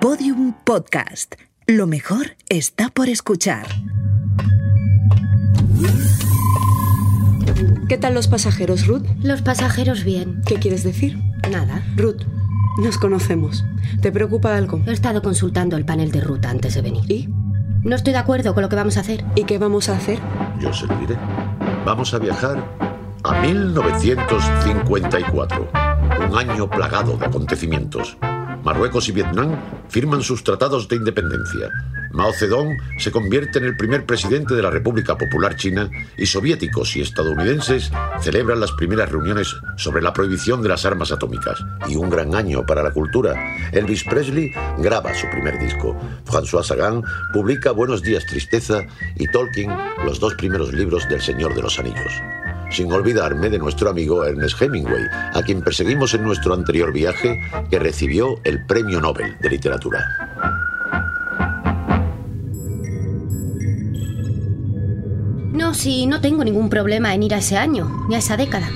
Podium Podcast. Lo mejor está por escuchar. ¿Qué tal los pasajeros, Ruth? Los pasajeros bien. ¿Qué quieres decir? Nada. Ruth, nos conocemos. ¿Te preocupa algo? He estado consultando el panel de ruta antes de venir. ¿Y? No estoy de acuerdo con lo que vamos a hacer. ¿Y qué vamos a hacer? Yo se lo diré. Vamos a viajar a 1954, un año plagado de acontecimientos. Marruecos y Vietnam firman sus tratados de independencia. Mao Zedong se convierte en el primer presidente de la República Popular China y soviéticos y estadounidenses celebran las primeras reuniones sobre la prohibición de las armas atómicas. Y un gran año para la cultura. Elvis Presley graba su primer disco. François Sagan publica Buenos días Tristeza y Tolkien los dos primeros libros del Señor de los Anillos sin olvidarme de nuestro amigo Ernest Hemingway, a quien perseguimos en nuestro anterior viaje, que recibió el Premio Nobel de Literatura. No, sí, no tengo ningún problema en ir a ese año, ni a esa década.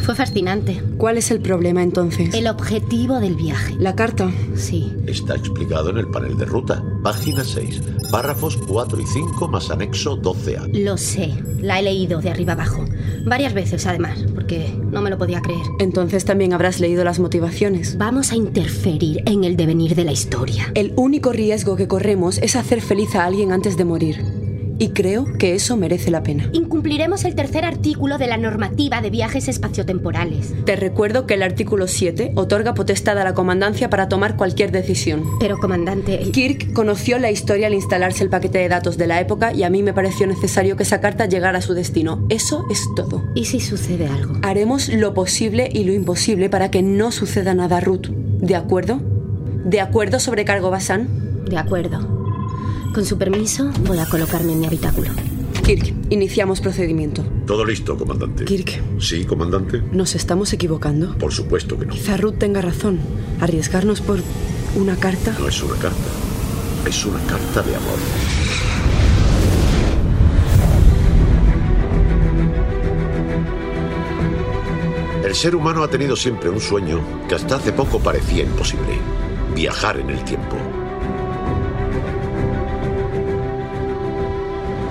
Fue fascinante. ¿Cuál es el problema entonces? El objetivo del viaje. La carta. Sí. Está explicado en el panel de ruta, página 6, párrafos 4 y 5 más anexo 12A. Lo sé. La he leído de arriba abajo. Varias veces, además, porque no me lo podía creer. Entonces también habrás leído las motivaciones. Vamos a interferir en el devenir de la historia. El único riesgo que corremos es hacer feliz a alguien antes de morir. Y creo que eso merece la pena. Incumpliremos el tercer artículo de la normativa de viajes espaciotemporales. Te recuerdo que el artículo 7 otorga potestad a la comandancia para tomar cualquier decisión. Pero, comandante, el- Kirk conoció la historia al instalarse el paquete de datos de la época y a mí me pareció necesario que esa carta llegara a su destino. Eso es todo. ¿y si sucede algo? Haremos lo posible y lo imposible para que no suceda nada, Ruth. ¿De acuerdo? ¿De acuerdo sobre cargo Basán? De acuerdo. Con su permiso, voy a colocarme en mi habitáculo. Kirk, iniciamos procedimiento. Todo listo, comandante. Kirk, Sí, comandante. ¿nos estamos equivocando? Por supuesto que no. Quizá Ruth tenga razón. Arriesgarnos por una carta. No es una carta. Es una carta de amor. El ser humano ha tenido siempre un sueño que hasta hace poco parecía imposible. Viajar en el tiempo.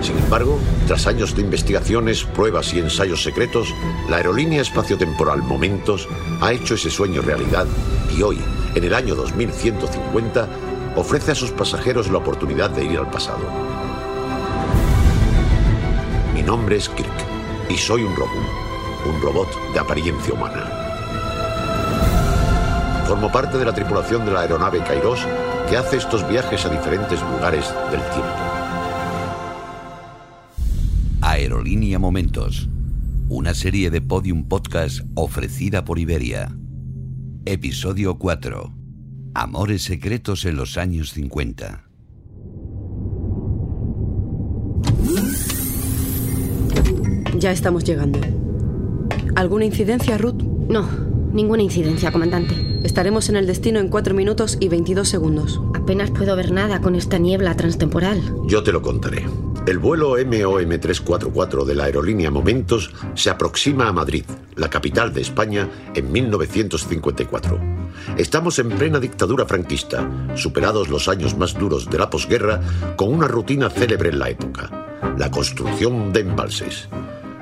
Sin embargo, tras años de investigaciones, pruebas y ensayos secretos, la aerolínea espaciotemporal Momentos ha hecho ese sueño realidad y hoy, en el año 2150, ofrece a sus pasajeros la oportunidad de ir al pasado. Mi nombre es Kirk y soy un robot, un robot de apariencia humana. Formo parte de la tripulación de la aeronave Kairos que hace estos viajes a diferentes lugares del tiempo. Aerolínea Momentos, una serie de podium podcast ofrecida por Iberia. Episodio 4. Amores secretos en los años 50. Ya estamos llegando. ¿Alguna incidencia, Ruth? No, ninguna incidencia, comandante. Estaremos en el destino en 4 minutos y 22 segundos. Apenas puedo ver nada con esta niebla transtemporal. Yo te lo contaré. El vuelo MOM 344 de la aerolínea Momentos se aproxima a Madrid, la capital de España, en 1954. Estamos en plena dictadura franquista, superados los años más duros de la posguerra, con una rutina célebre en la época, la construcción de embalses.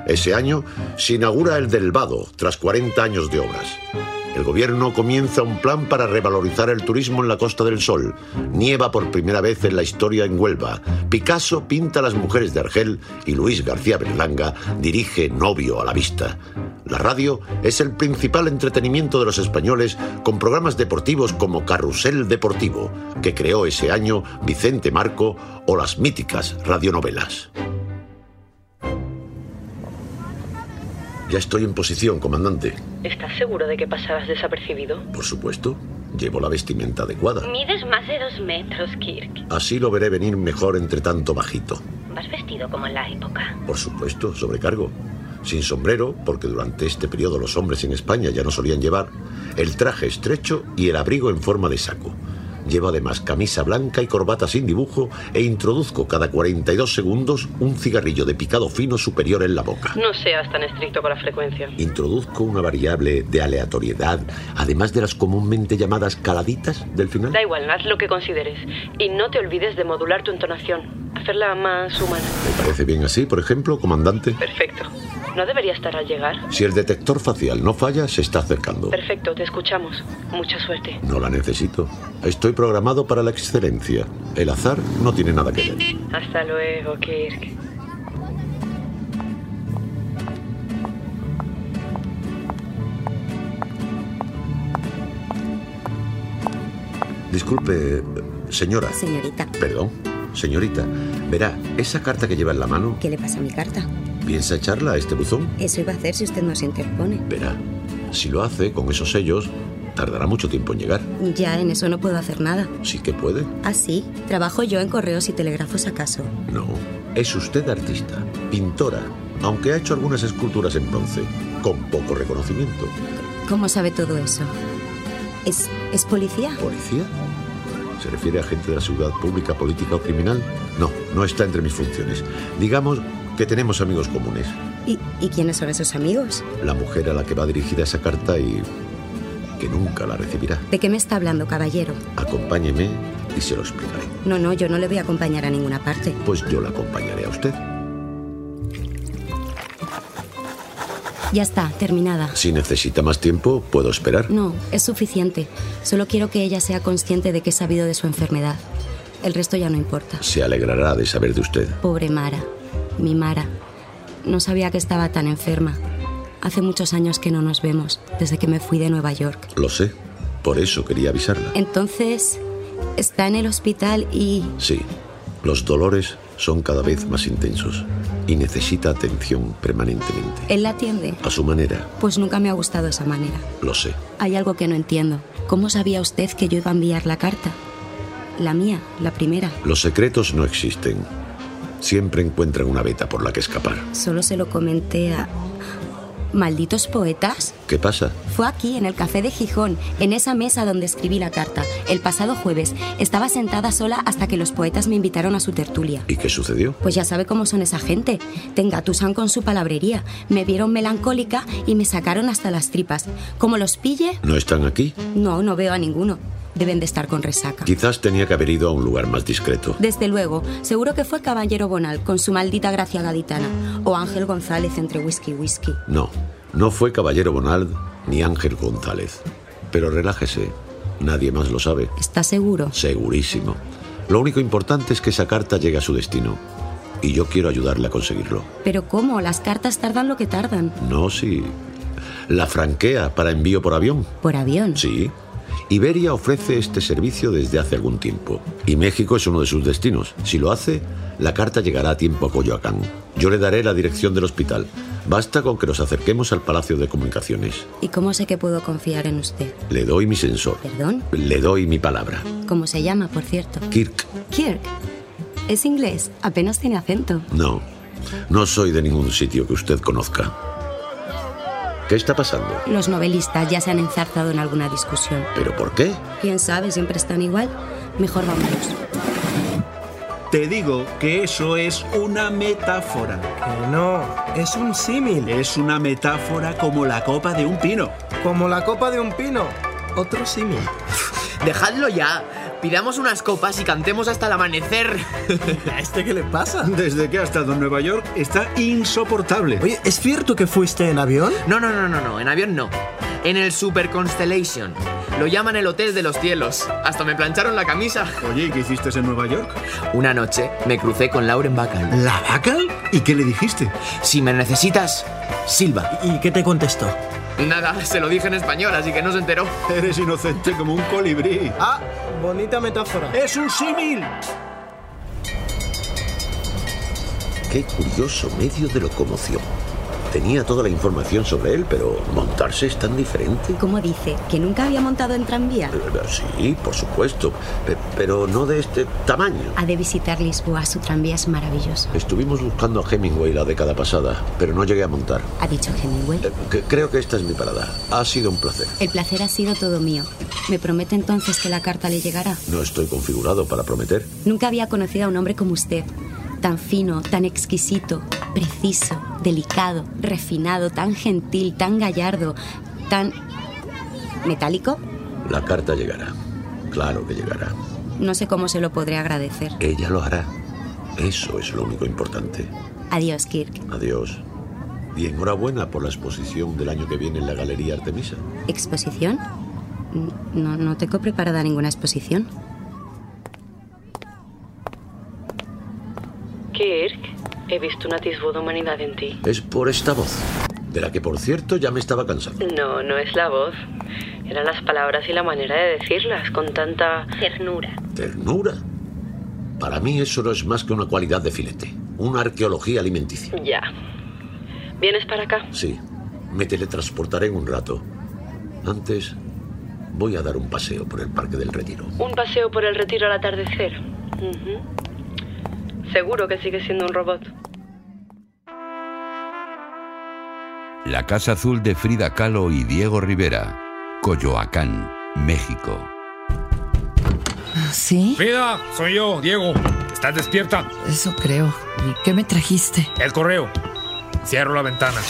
Ese año se inaugura el del Vado, tras 40 años de obras. El gobierno comienza un plan para revalorizar el turismo en la Costa del Sol. Nieva por primera vez en la historia en Huelva. Picasso pinta a las mujeres de Argel y Luis García Berlanga dirige Novio a la vista. La radio es el principal entretenimiento de los españoles con programas deportivos como Carrusel Deportivo, que creó ese año Vicente Marco o las míticas radionovelas. Ya estoy en posición, comandante. ¿Estás seguro de que pasabas desapercibido? Por supuesto, llevo la vestimenta adecuada. Mides más de dos metros, Kirk. Así lo veré venir mejor entre tanto bajito. Vas vestido como en la época. Por supuesto, sobrecargo. Sin sombrero, porque durante este periodo los hombres en España ya no solían llevar, el traje estrecho y el abrigo en forma de saco. Llevo además camisa blanca y corbata sin dibujo e introduzco cada 42 segundos un cigarrillo de picado fino superior en la boca. No seas tan estricto con la frecuencia. Introduzco una variable de aleatoriedad, además de las comúnmente llamadas caladitas del final. Da igual, haz lo que consideres. Y no te olvides de modular tu entonación. Hacerla más humana. ¿Me parece bien así, por ejemplo, comandante? Perfecto. ¿No debería estar al llegar? Si el detector facial no falla, se está acercando. Perfecto, te escuchamos. Mucha suerte. No la necesito. Estoy programado para la excelencia. El azar no tiene nada que ver. Hasta luego, Kirk. Disculpe, señora. Señorita, Perdón, señorita. Verá, esa carta que lleva en la mano, ¿qué le pasa a mi carta? ¿piensa echarla a este buzón? Eso iba a hacer si usted no se interpone. Verá, si lo hace con esos sellos, tardará mucho tiempo en llegar. Ya en eso no puedo hacer nada. Sí que puede. Así, trabajo yo en correos y telégrafos acaso. No, es usted artista, pintora, aunque ha hecho algunas esculturas en bronce, con poco reconocimiento. ¿Cómo sabe todo eso? ¿Es, es policía? ¿Policía? ¿Se refiere a gente de la seguridad pública, política o criminal? No, no está entre mis funciones. Digamos que tenemos amigos comunes. ¿Y, y quiénes son esos amigos? La mujer a la que va dirigida esa carta y que nunca la recibirá. ¿De qué me está hablando, caballero? Acompáñeme y se lo explicaré. No, no, yo no le voy a acompañar a ninguna parte. Pues yo la acompañaré a usted. Ya está, terminada. Si necesita más tiempo, puedo esperar. No, es suficiente. Solo quiero que ella sea consciente de que he sabido de su enfermedad. El resto ya no importa. Se alegrará de saber de usted. Pobre Mara, mi Mara. No sabía que estaba tan enferma. Hace muchos años que no nos vemos, desde que me fui de Nueva York. Lo sé. Por eso quería avisarla. Entonces, está en el hospital y... Sí, los dolores son cada vez más intensos y necesita atención permanentemente. Él la atiende. A su manera, Pues nunca me ha gustado esa manera. lo sé. Hay algo que no entiendo. ¿Cómo sabía usted que yo iba a enviar la carta? La mía, la primera. Los secretos no existen. Siempre encuentran una veta por la que escapar. Solo se lo comenté a... ¿Malditos poetas? ¿Qué pasa? Fue aquí, en el café de Gijón, en esa mesa donde escribí la carta, el pasado jueves. Estaba sentada sola hasta que los poetas me invitaron a su tertulia. ¿Y qué sucedió? Pues ya sabe cómo son esa gente. Te engatusan con su palabrería. Me vieron melancólica y me sacaron hasta las tripas. Como los pille, ¿No están aquí? no, no veo a ninguno. Deben de estar con resaca. Quizás tenía que haber ido a un lugar más discreto. Desde luego, seguro que fue Caballero Bonal con su maldita gracia gaditana o Ángel González entre whisky y whisky. No, no fue Caballero Bonald ni Ángel González. Pero relájese, nadie más lo sabe. ¿Está seguro? Segurísimo. Lo único importante es que esa carta llegue a su destino. Y yo quiero ayudarle a conseguirlo. Pero ¿cómo? Las cartas tardan lo que tardan. No, sí. La franquea para envío por avión. Por avión. Sí. Iberia ofrece este servicio desde hace algún tiempo. Y México es uno de sus destinos. Si lo hace, la carta llegará a tiempo a Coyoacán. Yo le daré la dirección del hospital. Basta con que nos acerquemos al Palacio de Comunicaciones. ¿Y cómo sé que puedo confiar en usted? Le doy mi sensor. ¿Perdón? Le doy mi palabra. ¿Cómo se llama, por cierto? Kirk, Kirk. Es inglés, apenas tiene acento. no. No soy de ningún sitio que usted conozca. ¿Qué está pasando? Los novelistas ya se han enzarzado en alguna discusión. ¿Pero por qué? ¿Quién sabe? Siempre están igual. Mejor vámonos. Te digo que eso es una metáfora. Que no, es un símil, Es una metáfora como la copa de un pino. como la copa de un pino. Otro símil. Dejadlo ya. Pidamos unas copas y cantemos hasta el amanecer. ¿A este qué le pasa? Desde que ha estado en Nueva York está insoportable. Oye, ¿es cierto que fuiste en avión? No, no, no, no, no. En avión no. En el Super Constellation. Lo llaman el Hotel de los Cielos. Hasta me plancharon la camisa. Oye, ¿y ¿qué hiciste en Nueva York? Una noche me crucé con Lauren Bacall. ¿La vaca? ¿Y qué le dijiste? Si me necesitas, Silva. ¿Y qué te contestó? Nada, se lo dije en español, así que no se enteró. Eres inocente como un colibrí. Ah, bonita metáfora. ¡Es un símil! Qué curioso medio de locomoción. Tenía toda la información sobre él, pero montarse es tan diferente. ¿Cómo dice? ¿Que nunca había montado en tranvía? Eh, Sí, por supuesto, pe- pero no de este tamaño. Ha de visitar Lisboa, su tranvía es maravilloso. Estuvimos buscando a Hemingway la década pasada, pero no llegué a montar. Ha dicho Hemingway. Eh, que- creo que esta es mi parada. Ha sido un placer. El placer ha sido todo mío. ¿Me promete entonces que la carta le llegará? No estoy configurado para prometer. Nunca había conocido a un hombre como usted. Tan fino, tan exquisito, preciso, delicado, refinado, tan gentil, tan gallardo, tan... ¿Metálico? La carta llegará. Claro que llegará. No sé cómo se lo podré agradecer. Ella lo hará. Eso es lo único importante. Adiós, Kirk. Adiós. Y enhorabuena por la exposición del año que viene en la Galería Artemisa. ¿Exposición? N- No, no tengo preparada ninguna exposición. Kirk, he visto un atisbo de humanidad en ti. Es por esta voz, de la que por cierto ya me estaba cansando. No, no es la voz. Eran las palabras y la manera de decirlas, con tanta ternura. Ternura. Para mí eso no es más que una cualidad de filete, una arqueología alimenticia. Ya. ¿Vienes para acá? Sí, me teletransportaré en un rato. Antes voy a dar un paseo por el Parque del Retiro. Un paseo por el retiro al atardecer. Ujú. Seguro que sigue siendo un robot. La Casa Azul de Frida Kahlo y Diego Rivera, Coyoacán, México. ¿Sí? Frida, soy yo, Diego. ¿Estás despierta? Eso creo. ¿Y qué me trajiste? El correo. Cierro la ventana.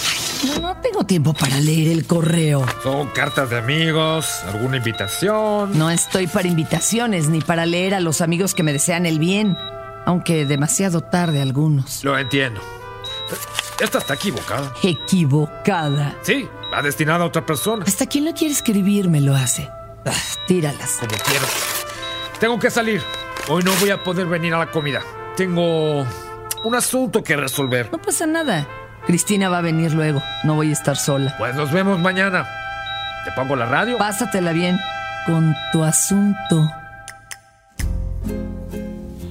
No, no tengo tiempo para leer el correo. Son cartas de amigos, alguna invitación. No estoy para invitaciones ni para leer a los amigos que me desean el bien, aunque demasiado tarde algunos. Lo entiendo. Esta está equivocada. Equivocada. Sí, va destinada a otra persona, Hasta quien no quiere escribir me lo hace. Ah, tíralas. como quiero. Tengo que salir. Hoy no voy a poder venir a la comida. Tengo un asunto que resolver. No pasa nada. Cristina va a venir luego. No voy a estar sola. Pues nos vemos mañana. ¿Te pongo la radio? Pásatela bien con tu asunto.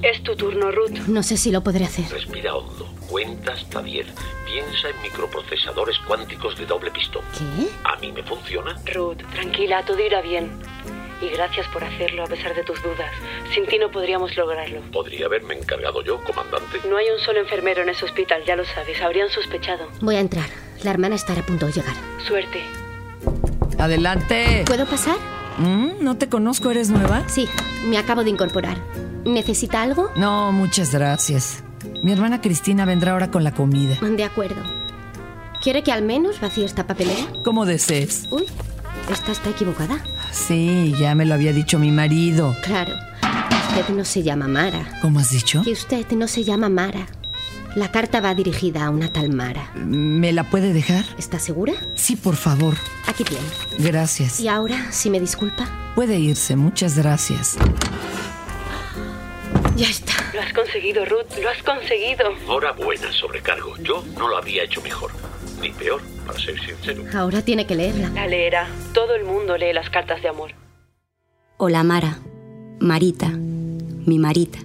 Es tu turno, Ruth. No sé si lo podré hacer. Respira hondo, cuenta hasta 10. Piensa en microprocesadores cuánticos de doble pistón. ¿Qué? ¿A mí me funciona? Ruth, tranquila, todo irá bien. Y gracias por hacerlo a pesar de tus dudas. Sin ti no podríamos lograrlo. Podría haberme encargado yo, comandante. No hay un solo enfermero en ese hospital, ya lo sabes. Habrían sospechado. Voy a entrar. La hermana estará a punto de llegar. Suerte. Adelante. ¿Puedo pasar? Mm, No te conozco, ¿eres nueva? Sí, me acabo de incorporar. ¿Necesita algo? No, muchas gracias. Mi hermana Cristina vendrá ahora con la comida. De acuerdo. ¿Quiere que al menos vacíe esta papelera? Como desees. Uy, esta está equivocada. Sí, ya me lo había dicho mi marido. Claro, usted no se llama Mara. ¿Cómo has dicho? Que usted no se llama Mara. La carta va dirigida a una tal Mara. ¿Me la puede dejar? ¿Está segura? Sí, por favor. Aquí tiene. Gracias. Y ahora, si me disculpa. Puede irse, muchas gracias. Ya está. Lo has conseguido, Ruth. Lo has conseguido. Enhorabuena, sobrecargo. Yo no lo había hecho mejor. Ni peor, para ser sincero. Ahora tiene que leerla. La leerá. Todo el mundo lee las cartas de amor. Hola, Mara. Marita. Mi Marita.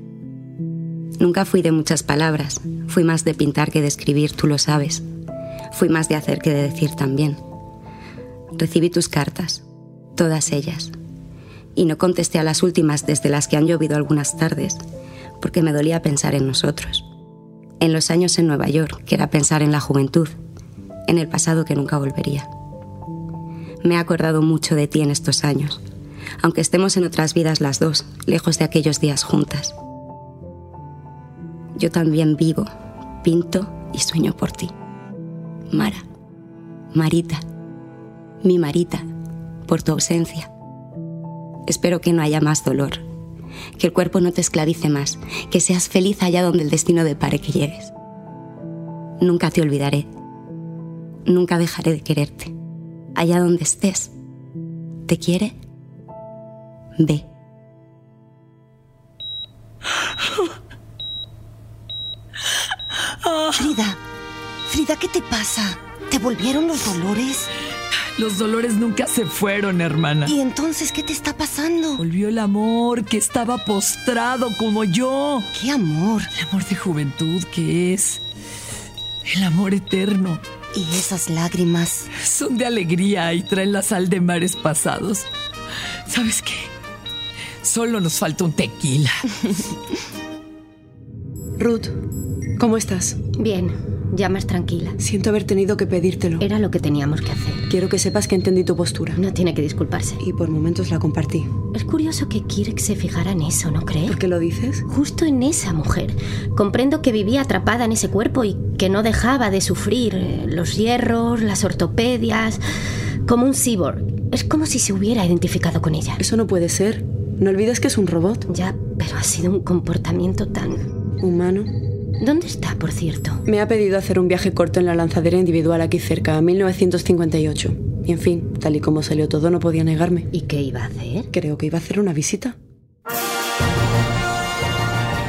Nunca fui de muchas palabras. Fui más de pintar que de escribir, tú lo sabes. Fui más de hacer que de decir también. Recibí tus cartas, todas ellas. Y no contesté a las últimas desde las que han llovido algunas tardes, porque me dolía pensar en nosotros. En los años en Nueva York, que era pensar en la juventud, en el pasado que nunca volvería. Me he acordado mucho de ti en estos años aunque estemos en otras vidas las dos, lejos de aquellos días juntas. Yo también vivo, pinto y sueño por ti. Mara, Marita, mi Marita, por tu ausencia. Espero que no haya más dolor, que el cuerpo no te esclavice más, que seas feliz allá donde el destino depare que llegues. Nunca te olvidaré, nunca dejaré de quererte. Allá donde estés, ¿te quiere? Ve. Frida, Frida, ¿qué te pasa? ¿Te volvieron los dolores? Los dolores nunca se fueron, hermana. ¿Y entonces qué te está pasando? Volvió el amor que estaba postrado como yo. ¿Qué amor? El amor de juventud que es el amor eterno. Y esas lágrimas. Son de alegría y traen la sal de mares pasados. ¿Sabes qué? Solo nos falta un tequila. Ruth, ¿cómo estás? Bien, ya más tranquila. Siento haber tenido que pedírtelo. Era lo que teníamos que hacer. Quiero que sepas que entendí tu postura. No tiene que disculparse. Y por momentos la compartí. Es curioso que Kirk se fijara en eso, ¿no crees? ¿Por qué lo dices? Justo en esa mujer. Comprendo que vivía atrapada en ese cuerpo y que no dejaba de sufrir eh, los hierros, las ortopedias, como un cyborg. Es como si se hubiera identificado con ella. Eso no puede ser. No olvides que es un robot. Ya, pero ha sido un comportamiento tan... Humano. ¿Dónde está, por cierto? Me ha pedido hacer un viaje corto en la lanzadera individual aquí cerca, a 1958. Y en fin, tal y como salió todo, no podía negarme. ¿Y qué iba a hacer? Creo que iba a hacer una visita.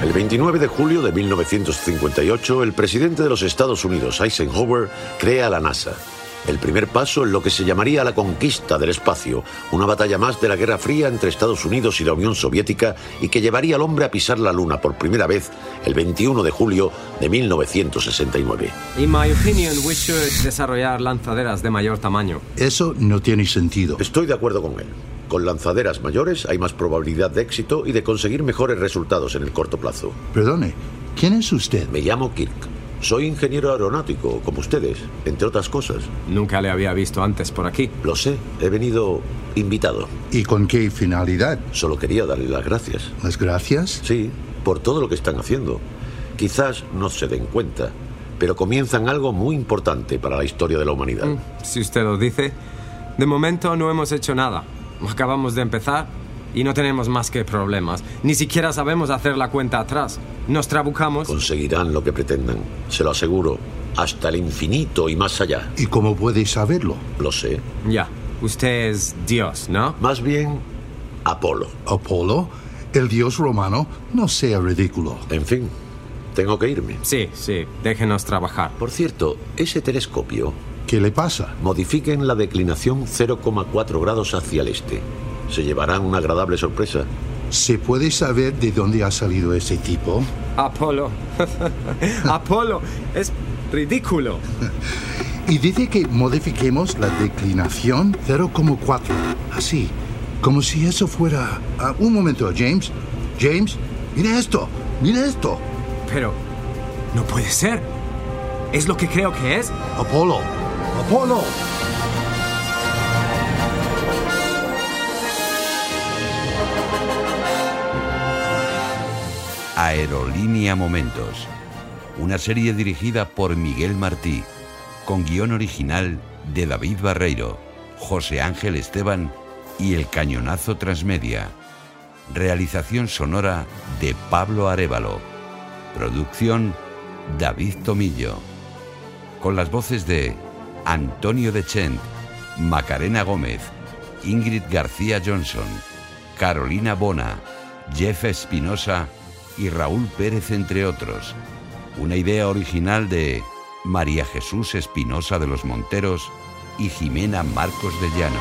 El 29 de julio de 1958, el presidente de los Estados Unidos, Eisenhower, crea la NASA. El primer paso en lo que se llamaría la conquista del espacio, una batalla más de la Guerra Fría entre Estados Unidos y la Unión Soviética y que llevaría al hombre a pisar la Luna por primera vez el 21 de julio de 1969. In my opinion, we should desarrollar lanzaderas de mayor tamaño. Eso no tiene sentido. Estoy de acuerdo con él. Con lanzaderas mayores hay más probabilidad de éxito y de conseguir mejores resultados en el corto plazo. Perdone, ¿quién es usted? Me llamo Kirk. Soy ingeniero aeronáutico, como ustedes, entre otras cosas. Nunca le había visto antes por aquí. Lo sé, he venido invitado. ¿Y con qué finalidad? Solo quería darle las gracias. ¿Las gracias? Sí, por todo lo que están haciendo. Quizás no se den cuenta, pero comienzan algo muy importante para la historia de la humanidad. Si usted lo dice, de momento no hemos hecho nada. Acabamos de empezar y no tenemos más que problemas. Ni siquiera sabemos hacer la cuenta atrás. Nos trabucamos. Conseguirán lo que pretendan, se lo aseguro, hasta el infinito y más allá. ¿Y cómo puede saberlo? Lo sé. Ya, usted es Dios, ¿no? Más bien, Apolo. ¿Apolo? ¿El dios romano? No sea ridículo. En fin, tengo que irme. Sí, sí, déjenos trabajar. Por cierto, ese telescopio... ¿Qué le pasa? Modifiquen la declinación 0,4 grados hacia el este se llevarán una agradable sorpresa. ¿Se puede saber de dónde ha salido ese tipo? Apolo. Apolo. Es ridículo. y dice que modifiquemos la declinación 0,4. Así. Como si eso fuera... Ah, un momento, James. James, mira esto. Mira esto. Pero... No puede ser. ¿Es lo que creo que es? Apolo. Apolo. Aerolínea Momentos, una serie dirigida por Miguel Martí, con guión original de David Barreiro, José Ángel Esteban y El Cañonazo Transmedia. Realización sonora de Pablo Arevalo. Producción David Tomillo. Con las voces de Antonio Dechent, Macarena Gómez, Ingrid García Johnson, Carolina Bona, Jeff Espinosa, y Raúl Pérez, entre otros. Una idea original de María Jesús Espinosa de los Monteros y Jimena Marcos de Llano.